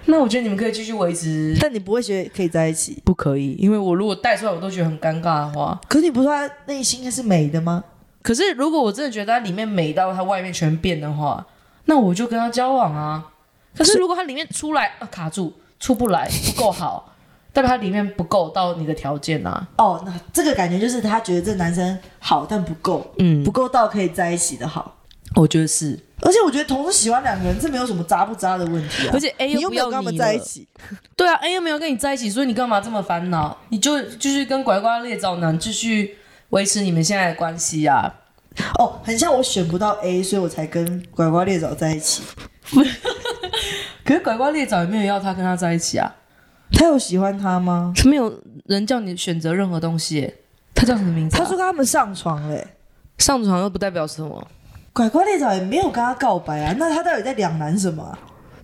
那我觉得你们可以继续维持，
但你不会觉得可以在一起。
不可以，因为我如果带出来，我都觉得很尴尬的话。
可是你不是说他内心是美的吗？
可是如果我真的觉得他里面美到他外面全变的话，那我就跟他交往啊。可是如果他里面出来啊卡住，出不来，不够好，代表他里面不够到你的条件啊。
哦，那这个感觉就是他觉得这男生好，但不够，
嗯
不，够到可以在一起的好。
我觉得是，
而且我觉得同时喜欢两个人，这没有什么渣不渣的问题啊。
而且 A
你又
不
没有
要
跟他们
你
在一
了
起，
对啊，哎又没有跟你在一起，所以你干嘛这么烦恼？你就继续跟拐瓜裂枣男继续维持你们现在的关系啊。
哦，很像我选不到 A，所以我才跟拐瓜裂枣在一起。
可是拐瓜裂枣也没有要他跟他在一起啊，
他有喜欢他吗？
没有人叫你选择任何东西耶。他叫什么名字啊、
他说跟他们上床嘞、
上床又不代表什么。
拐瓜裂枣也没有跟他告白啊，那他到底在两难什么啊、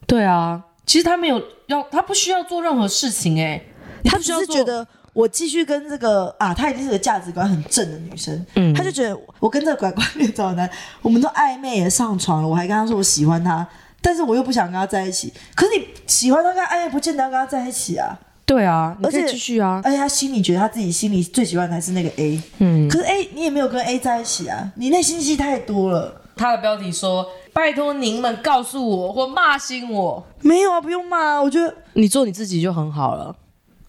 对啊，其实他没有要，他不需要做任何事情哎、你
他
不
只
需要
是
做
觉得我继续跟这个啊，她一定是个价值观很正的女生，
嗯
他就觉得我跟这个拐拐绿找男，我们都暧昧也上床了，我还跟他说我喜欢他，但是我又不想跟他在一起。可是你喜欢他跟他暧昧，不见得要跟他在一起啊。
对啊，你可
而
以
且
继续啊。
而且他心里觉得他自己心里最喜欢的还是那个 A，
嗯，
可是 A 你也没有跟 A 在一起啊，你内心戏太多了。
他的标题说：“拜托您们告诉我，或骂醒我，
没有啊，不用骂啊，我觉得
你做你自己就很好了。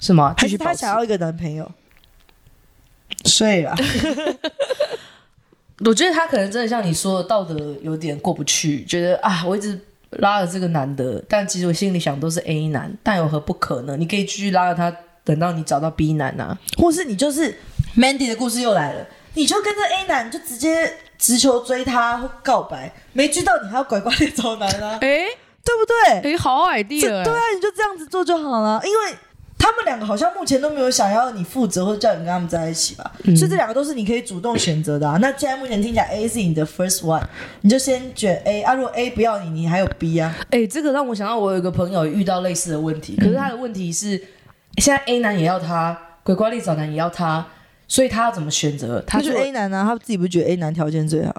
是吗？”
还是
继续
他
保持
想。要一个男朋友。睡了，
我觉得他可能真的像你说的，道德有点过不去，觉得啊，我一直拉着这个男的，但其实我心里想都是 A 男，但有何不可呢？你可以继续拉着他，等到你找到 B 男啊。
或是你就是 Mandy 的故事又来了，你就跟着 A 男你就直接直球追他或告白，没追到你还要拐拐的找男啊，
哎
对不对？
哎，好 idea
这对
哎
啊，你就这样子做就好了，因为。他们两个好像目前都没有想要你负责或者叫你跟他们在一起吧，所以这两个都是你可以主动选择的、啊。那现在目前听起来 A 是你的 first one，你就先选 A 啊。如果 A 不要你，你还有 B 啊。
哎、这个让我想到我有一个朋友遇到类似的问题，可是他的问题是，现在 A 男也要他，鬼怪力找男也要他，所以他要怎么选择？他
那
就
就 A 男啊，他自己不觉得 A 男条件最好？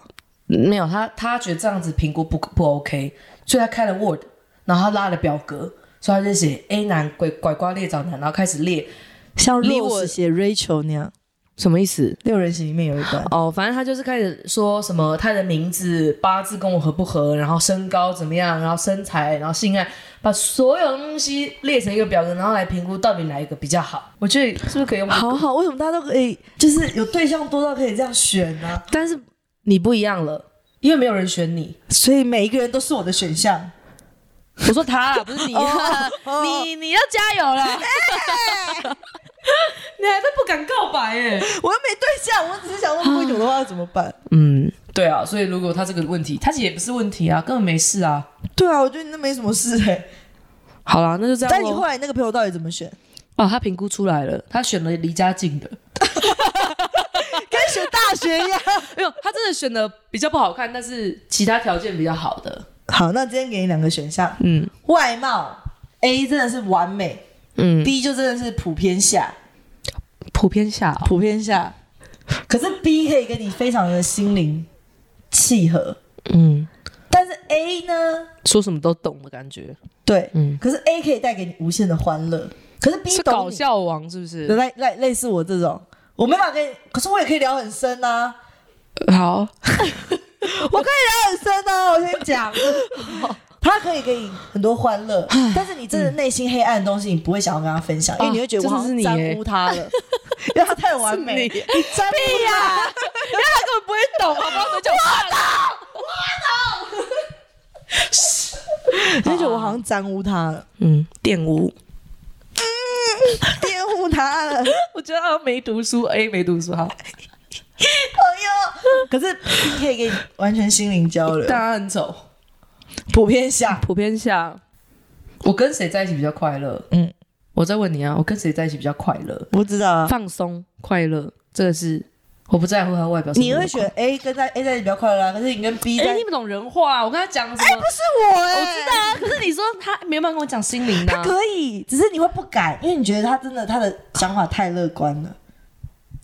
没有，他他觉得这样子评估不不 OK，所以他开了 Word，然后他拉了表格，所以他就写 A 男鬼拐瓜裂枣男，然后开始列，
像
离
Rose
我
写 Rachel 那样，
什么意思？
六人行里面有一段，
哦，反正他就是开始说什么他的名字、八字跟我合不合，然后身高怎么样，然后身材，然后性爱，把所有东西列成一个表格，然后来评估到底哪一个比较好。我觉得是不是可以用？
好好，为什么大家都可以，就是有对象多到可以这样选呢、
但是你不一样了，因为没有人选你。
所以每一个人都是我的选项。
我说他啊不是你，
哦哦
你你要加油了。
你还在不敢告白耶？
我又没对象，我只是想问不久的话怎么办？
嗯，
对啊，所以如果他这个问题，他也不是问题啊，根本没事啊。
对啊，我觉得你那没什么事哎、
好啦，那就这样咯。
但你后来那个朋友到底怎么选？
哦，他评估出来了，
他选了离家近的，
跟选大学一样。
没有，他真的选的比较不好看，但是其他条件比较好的。
好，那今天给你两个选项，
嗯
外貌 A 真的是完美、
嗯，
b 就真的是普偏下，
普遍下、哦，
普偏下。可是 B 可以跟你非常的心灵契合，
嗯，
但是 A 呢？
说什么都懂的感觉，
对，
嗯
可是 A 可以带给你无限的欢乐，可是 B
是
懂
搞
你
笑王是不是？
类类类似我这种，我没办法跟你，可是我也可以聊很深啊，
好，
我可以聊很深啊，我先 讲。他可以给你很多欢乐，但是你真的内心黑暗的东西，你不会想要跟他分享，因为你会觉得我好
嗯啊这就是
像
你
沾污他了， 因为他太完美，
是你
你沾污呀、
他根本不会懂，好不好？所以就
你就觉得我好像沾污他了，
嗯，玷污。
玷污他了。
我觉得他没读书，A 没读书，好，
可是 P 可以给你完全心灵交流
但，他很丑。
普遍下
普遍下，
我跟谁在一起比较快乐？
嗯
嗯，我再问你啊，我跟谁在一起比较快乐？
我知道啊。
放松，快乐，这个是。
我不在乎他外表什么。
你会选 A 跟在 A 在一起比较快乐啊，可是你跟 B
哎、
在
你不懂人话、
啊
我跟他讲什么？
是我哎、
我知道啊，可是你说他没办法跟我讲心灵的、
啊
他可以，只是你会不敢，因为你觉得他真的他的想法太乐观了。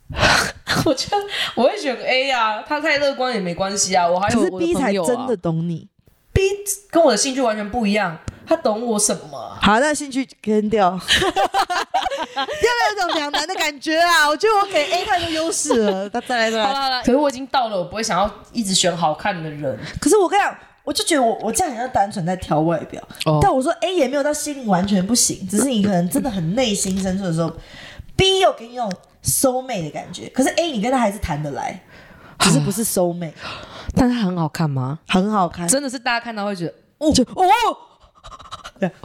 我觉得我会选 A 啊，他太乐观也没关系啊，我
哎
还有我的朋友啊。
懂你。
B 跟我的兴趣完全不一样，他懂我什么啊？
好，那兴趣跟掉， 有没有一种两难的感觉啊？我觉得我给 A 太多优势了，他再来再来。
好了好了
可，是我已经到了，我不会想要一直选好看的人。
可是我跟你讲，我就觉得我我这样好像单纯在挑外表，
哦
但我说 A 也没有到心灵完全不行，只是你可能真的很内心深处的时候，B 又给你那种收妹的感觉，可是 A 你跟他还是谈得来，只是不是收妹，
但他很好看吗？
很好看。
真的是大家看到会觉得
哦就哦，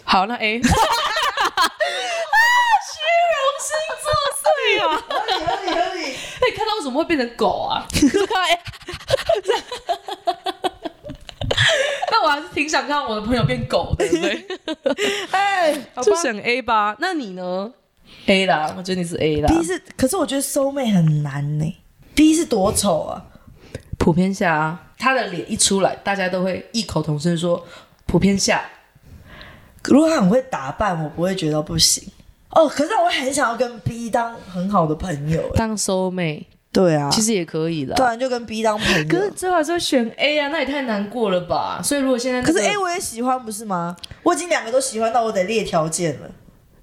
好，那 A。哈哈哈啊虚荣心作祟啊！
合理合理合理。
哎、看到我怎么会变成狗 啊？就是看到哎，
但我还是挺想看我的朋友变狗的，对不对
哎
好吧就选 A 吧。那你呢
？A 啦，我觉得你是 A 啦。
，B 是，可是我觉得收妹很难呢、B 是多丑啊！
普遍下、
他的脸一出来，大家都会异口同声说普遍下。
如果他很会打扮，我不会觉得不行。哦，可是我很想要跟 B 当很好的朋友、欸。
当收妹
对啊，
其实也可以的。
突然就跟 B 当朋
可是
友。
最后还是会选 A 啊，那也太难过了吧？所以如果现在、
可是 A 我也喜欢，不是吗？我已经两个都喜欢到我得列条件了。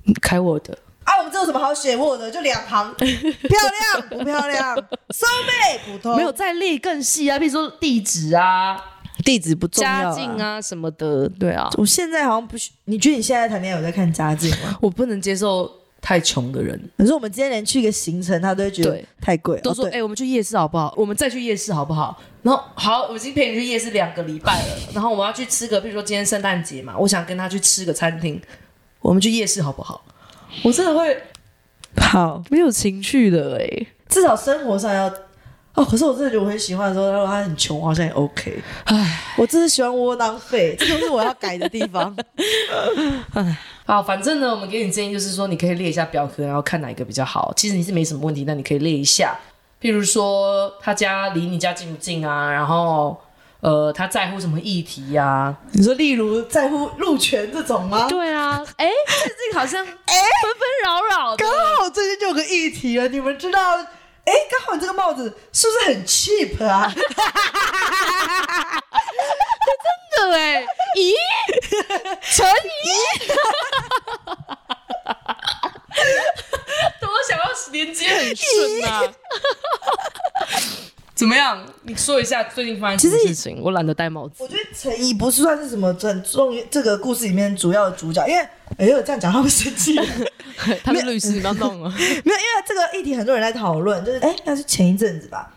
你开我的，
啊，我们这有什么好写我的？就两 行，漂亮不漂亮？收妹普通，
没有再列更细啊，比如说地址啊、
地址不重
家境。啊什么的。对啊，
我现在好像不需，你觉得你现在谈恋爱有在看家境吗？
我不能接受太穷的人，
可是我们今天连去一个行程，他都会觉得
对
太贵了。
都说
哦
哎、
对
我们去夜市好不好？我们再去夜市好不好？然后好，我已经陪你去夜市两个礼拜了，然后我要去吃个，比如说今天圣诞节嘛，我想跟他去吃个餐厅，我们去夜市好不好？我真的会
好，
没有情趣的哎、
至少生活上要。哦，可是我真的觉得我很喜欢的时候，他说他很穷，好像也 OK。唉，我真的喜欢窝囊废，这就是我要改的地 方。
好，反正呢，我们给你建议就是说，你可以列一下表格，然后看哪一个比较好。其实你是没什么问题，但你可以列一下，譬如说他家离你家近不近啊，然后呃他在乎什么议题呀、啊？
你说，例如在乎路权这种吗？
对啊，
哎、最近好 像哎纷纷扰扰的，
刚好最近就有个议题了，你们知道？哎，刚好你这个帽子是不是很 cheap 啊？
真的哎， 咦，陈怡，
多想要连接很顺啊。 怎么样？你说一下最近发生什么事情？
我懒得戴帽子，
我觉得陈怡不是算是什么很重这个故事里面主要的主角，因为哎呦这样讲他会生气。
他是律师，你不要弄啊。
没有，因为这个议题很多人在讨论，就是哎，那是前一阵子吧，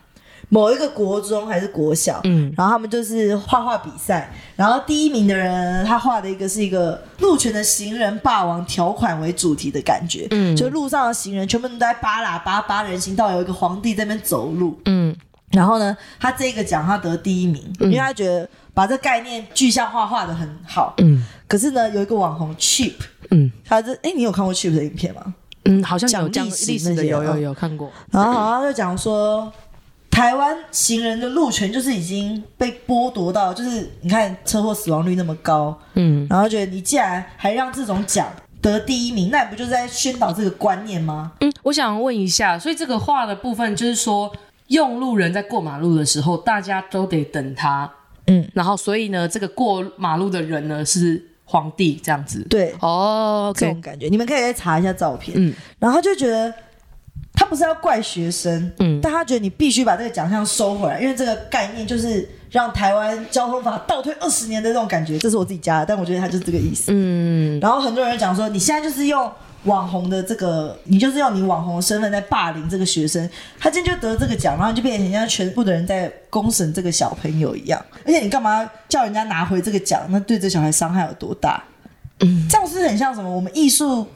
某一个国中还是国小，嗯，然后他们就是画画比赛，然后第一名的人他画的一个是一个路权的行人霸王条款为主题的感觉，嗯，就路上的行人全部都在扒喇叭、扒人行道，有一个皇帝在那边走路，
嗯，
然后呢，他这个奖他得第一名，因为他觉得把这概念具象化画的很好，
嗯
可是呢，有一个网红 Cheap，
嗯
他这哎，你有看过 Cheap 的影片吗？
嗯，好像有
讲
讲
历史
历史
那
的，
些
有有
哦
有看过，
然后好像就讲说，台湾行人的路权就是已经被剥夺到，就是你看车祸死亡率那么高，
嗯
然后觉得你既然还让这种奖得第一名，那你不就是在宣导这个观念吗？
嗯，
我想问一下，所以这个画的部分就是说，用路人在过马路的时候，大家都得等他，
嗯，
然后所以呢，这个过马路的人呢是皇帝这样子，
对，
哦
这
，OK，
种感觉，你们可以再查一下照片，
嗯
然后他就觉得。他不是要怪学生，
嗯
但他觉得你必须把这个奖项收回来，因为这个概念就是让台湾交通法倒退二十年的这种感觉，这是我自己加的，但我觉得他就是这个意思。
嗯
然后很多人讲说，你现在就是用网红的这个，你就是用你网红的身份在霸凌这个学生，他今天就得这个奖，然后就变成像全部的人在公审这个小朋友一样。而且你干嘛叫人家拿回这个奖？那对这小孩伤害有多大？嗯，这样是不是很像什么？我们艺术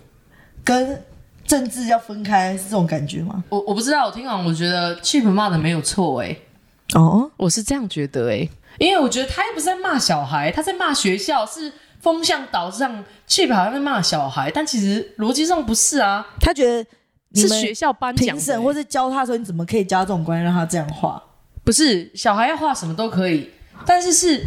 跟政治要分开是这种感觉吗？
我我不知道，我听完我觉得 Chip 骂的没有错哎、
哦，
我是这样觉得欸诶、
因为我觉得他又不是在骂小孩，他在骂学校，是风向导向 Chip 好像在骂小孩，但其实逻辑上不是啊，
他觉得你
是
们
学校颁奖
评
的
审
欸
或是教他说你怎么可以教他这种观念让他这样画？
不是小孩要画什么都可以，但是是。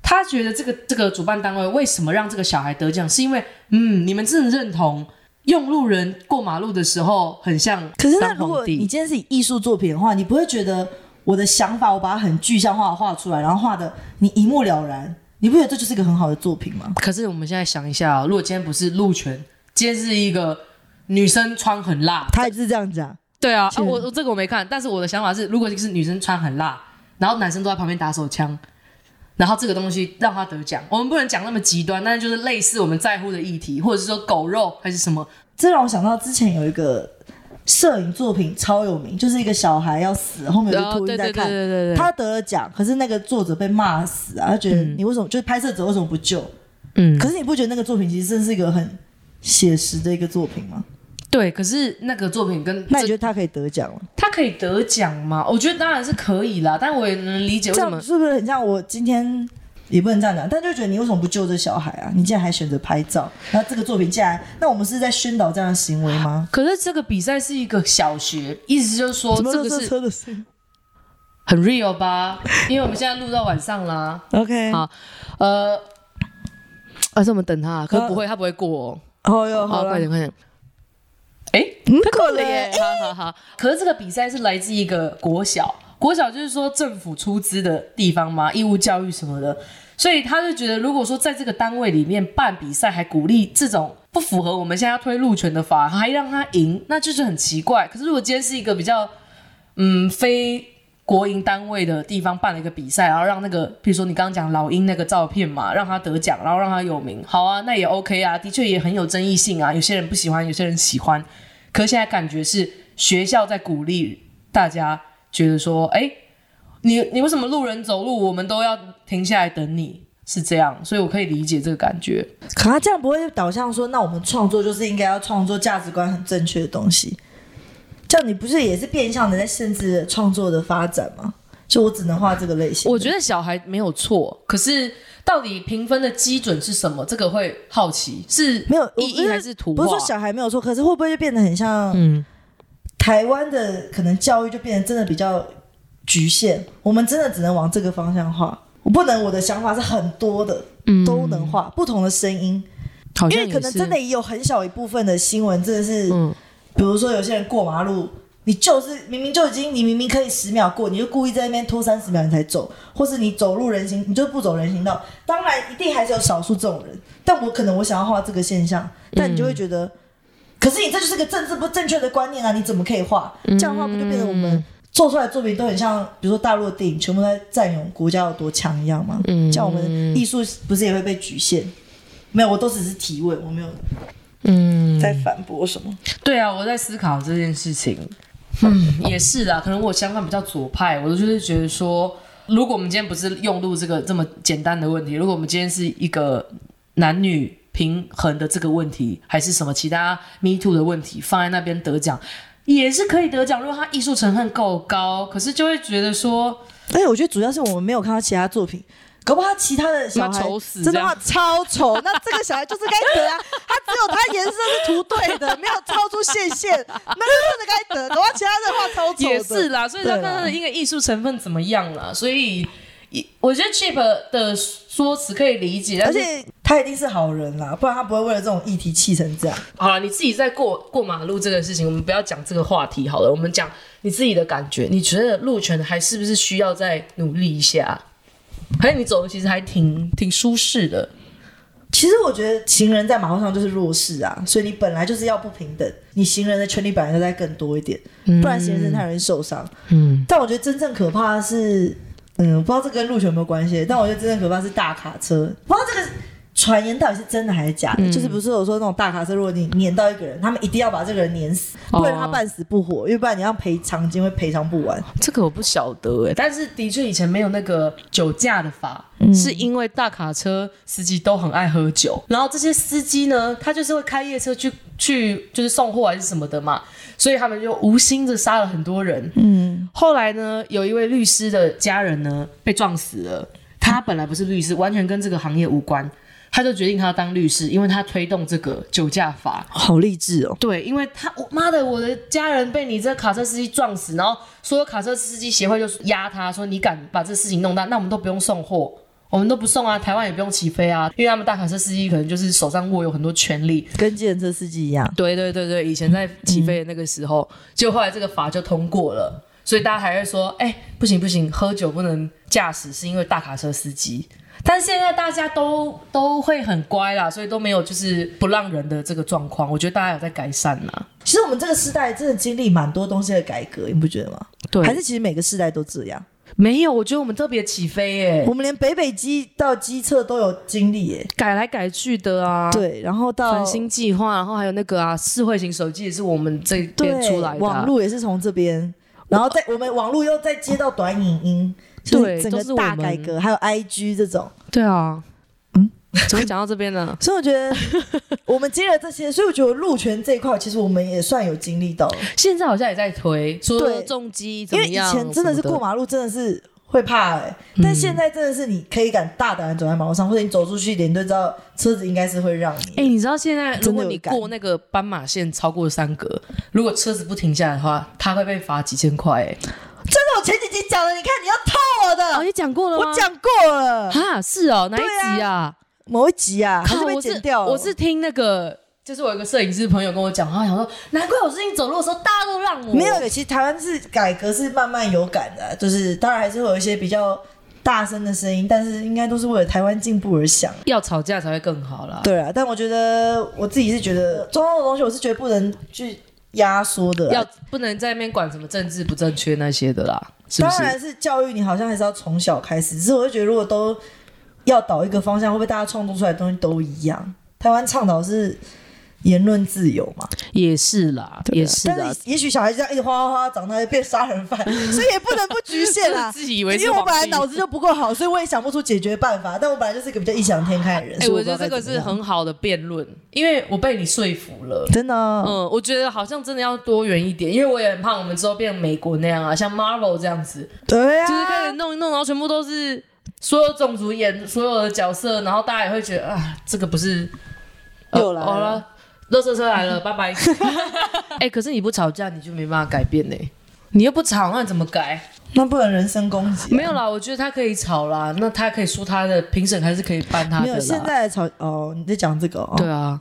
他觉得这个这个主办单位为什么让这个小孩得奖，是因为嗯，你们真的认同用路人过马路的时候很像
可是，那
当
如
皇
果
帝
你今天是以艺术作品的话，你不会觉得我的想法我把它很具象化地画出来，然后画的你一目了然，你不觉得这就是一个很好的作品吗？
可是我们现在想一下、哦，如果今天不是路权，今天是一个女生穿很辣，
他也是这样讲，
对啊，啊
是
我我这个我没看，但是我的想法是，如果是女生穿很辣，然后男生都在旁边打手枪，然后这个东西让他得奖，我们不能讲那么极端，但是就是类似我们在乎的议题，或者是说狗肉还是什 么，
这让我想到之前有一个摄影作品超有名，就是一个小孩要死，后面有
哦
啊
个秃鹰
对
在
对对
看，
对对对
他得了奖，可是那个作者被骂死啊，他觉得
嗯
你为什么、就是拍摄者为什么不救？
嗯，
可是你不觉得那个作品其实真是一个很写实的一个作品吗？
对，可是那个作品跟
那你
这
觉得他可以得奖吗？
他可以得奖吗？我觉得当然是可以啦，但我也能理解为
这
什么
样是不是很像我今天？也不能这样讲，但就觉得你为什么不救这小孩啊？你竟然还选择拍照，然后这个作品竟然……那我们是在宣导这样的行为吗？
可是这个比赛是一个小学，意思就是说
怎么
哦这
都
个
是
是
车的事
很 real 吧？因为我们现在录到晚上啦，
？OK，
好呃，而且我们等他，可啊是不会，他不会过哦。
哦哟，好
好，
了
快，点，快点。
嗯过了
对
耶
耶，好好好，
可是这个比赛是来自一个国小，国小就是说政府出资的地方嘛，义务教育什么的，所以他就觉得，如果说在这个单位里面办比赛，还鼓励这种不符合我们现在要推路权的法，还让他赢，那就是很奇怪。可是如果今天是一个比较，嗯，非国营单位的地方办了一个比赛，然后让那个，比如说你刚刚讲老鹰那个照片嘛，让他得奖，然后让他有名，好啊，那也 OK 啊，的确也很有争议性啊，有些人不喜欢，有些人喜欢。可是现在感觉是学校在鼓励大家，觉得说，哎、你你为什么路人走路，我们都要停下来等你？是这样，所以我可以理解这个感觉。
可他这样不会导向说，那我们创作就是应该要创作价值观很正确的东西，这样你不是也是变相的在限制创作的发展吗？就我只能画这个类型的，
我觉得小孩没有错，可是到底评分的基准是什么？这个会好奇，是
没有
意
我
义还是图
不
画？
是说小孩没有错，可是会不会就变得很像
嗯，
台湾的可能教育就变得真的比较局限，我们真的只能往这个方向画。我不能，我的想法是很多的，
嗯
都能画不同的声音，
好
因
像
为可能真的
也
也有很小一部分的新闻真的是，
是，嗯，
比如说有些人过马路，你就是明明就已经你明明可以十秒过，你就故意在那边拖三十秒你才走，或是你走路人行你就不走人行道。当然一定还是有少数这种人，但我可能我想要画这个现象，但你就会觉得，可是你这就是个政治不正确的观念啊，你怎么可以画？这样的话不就变成我们？做出来的作品都很像，比如说大陆的电影，全部在赞扬国家有多强一样嘛。嗯，像我们艺术不是也会被局限？没有，我都只是提问，我没有嗯在反驳什么。
对啊，我在思考这件事情。嗯，也是啦，可能我相反比较左派，我就是觉得说，如果我们今天不是用路这个这么简单的问题，如果我们今天是一个男女平衡的这个问题，还是什么其他 Me Too 的问题，放在那边得奖也是可以得奖，如果它艺术成分够高，可是就会觉得说，
而且我觉得主要是我们没有看到其他作品。搞不好他其他的小孩
妈丑死
真
这
的
样
话超丑，那这个小孩就是该得啊！他只有他颜色是涂对的，没有超出线线，那就真的该得。搞不好其他的话超丑的
也是啦，所以他
对啊
看他的一个艺术成分怎么样啦，所以一我觉得 Chip 的说辞可以理解，但
而
是
且他一定是好人啦，不然他不会为了这种议题气成这样。
好了，你自己在过过马路这个事情，我们不要讲这个话题好了，我们讲你自己的感觉，你觉得路权还是不是需要再努力一下？还是你走的其实还挺挺舒适的，
其实我觉得行人在马路上就是弱势啊，所以你本来就是要不平等，你行人的权利本来就在更多一点，不然行人真的太容易受伤。嗯，但我觉得真正可怕的是，嗯，我不知道这跟路权有没有关系，但我觉得真正可怕是大卡车，不知道这个。传言到底是真的还是假的？就是不是有说那种大卡车，如果你碾到一个人，他们一定要把这个人碾死，不能让他半死不活，因为不然你要赔偿金会赔偿不完。
这个我不晓得哎、
欸但是的确以前没有那个酒驾的法，是因为大卡车司机都很爱喝酒，然后这些司机呢，他就是会开夜车去去就是送货还是什么的嘛，所以他们就无心的杀了很多人。嗯，后来呢，有一位律师的家人呢被撞死了，他本来不是律师，完全跟这个行业无关。他就决定他要当律师，因为他推动这个酒驾法。
好励志哦！
对，因为他我妈的，我的家人被你这卡车司机撞死，然后所有卡车司机协会就压他说，你敢把这事情弄大，那我们都不用送货，我们都不送啊，台湾也不用起飞啊，因为他们大卡车司机可能就是手上握有很多权利。
跟计程车司机一样，
对对对对，以前在起飞的那个时候，就后来这个法就通过了，所以大家还会说，哎、不行不行，喝酒不能驾驶，是因为大卡车司机。但现在大家都都会很乖啦，所以都没有就是不让人的这个状况，我觉得大家有在改善啦。
其实我们这个时代真的经历蛮多东西的改革，你不觉得吗？
对
还是其实每个时代都这样。
没有，我觉得我们特别起飞耶，
我们连北北基到基测都有经历耶。
改来改去的啊，，
对，呃然后到
繁星计划，然后还有那个啊，智慧型手机也是我们这
对
边出来的啊、
网络也是从这边，然后在我们网络又再接到短影音，就是
对
整
都是
个
我
大
们
改革，还有 IG 这种。？
对啊，嗯，怎么讲到这边呢
所以我觉得我们接了这些，所以我觉得路权这一块，其实我们也算有经历到了，
现在好像也在推，说
对
重击怎
因
么
为以
样？
前真的是
什么
过马路，真的是。会怕哎、但现在真的是你可以敢大胆的走在马路上，或者你走出去一点，你就知道车子应该是会让你的。
哎、你知道现在如
真的
果
有
你
感
过那个斑马线超过三格，
如果车子不停下来的话，他会被罚几千块耶。
这是我前几集讲的，你看你要套我的，
哦，你讲过了吗？
我讲过了。
哈，是哦，哪一集啊？
某一集啊，还
靠
是被
我
剪掉了
我是听那个，
就是我有一个摄影师朋友跟我讲，他想说，难怪我最近走路的时候大家都让我
没有，其实台湾是改革是慢慢有感的啊、就是当然还是会有一些比较大声的声音，但是应该都是为了台湾进步而想。
要吵架才会更好啦。
对啊，但我觉得我自己是觉得中央的东西，我是觉得不能去压缩的啊、
要不能在那边管什么政治不正确那些的啦，是不
当
是？
然是教育，你好像还是要从小开始。只是我就觉得，如果都要导一个方向，会不会大家创作出来的东西都一样？台湾倡导是言论自由嘛，
也是啦，也
啊
是
啊但
啦。
是也许小孩这样一直哗哗哗长大就变杀 人犯，所以也不能不局限啊。
自己以为是
因为我
皇
本来
帝
脑子就不够好，所以我也想不出解决办法。但我本来就是一个比较异想天开的人，
哎、
所以
我
不知
觉
道
得这
该
个
怎么
是
样
很好的辩论。
因为我被你说服了。
真的啊。
嗯，我
我觉得好像真的要多元一点，因为我也很怕我们之后变美国那样啊，像 Marvel 这样子，
对
就是
啊，
开始弄一弄，然后全部都是
所有种族演所有的角色，然后大家也会觉得啊，这个不是呃
又来
好
了。
了，乐色车来了，拜 拜。
哎、可是你不吵架，你就没办法改变呢、
你又不吵，那怎么改？
那不能人身攻击啊，
没有啦，我觉得他可以吵啦，那他可以说他的评审还是可以颁他
没
啊
的
有。现
啦。
在吵哦，你在讲这个哦，
对啊，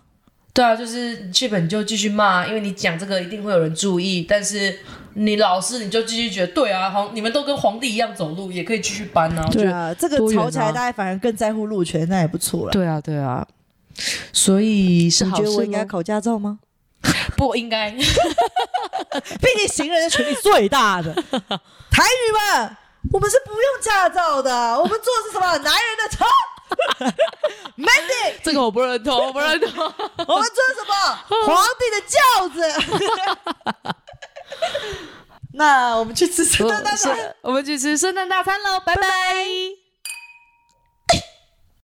对啊，就是剧本就继续骂，因为你讲这个一定会有人注意，但是你老是你就继续觉得对啊，皇你们都跟皇帝一样走路，也可以继续搬啊。
对啊，这个
多元啊
吵起来，大家反而更在乎路权，那也不错了。
对啊，对啊，所以是
你
好
觉
事
得我应该
吗？
考驾照吗？
不应该，
毕竟行人的权利最大的。台语们，我们是不用驾照的，我们坐的是什么？男人的车。Mandy，
这个我不认同，我不认同。
我们坐的什么？皇帝的轿子。
那我们去吃圣诞大餐。
我们去吃圣诞大餐喽，拜拜。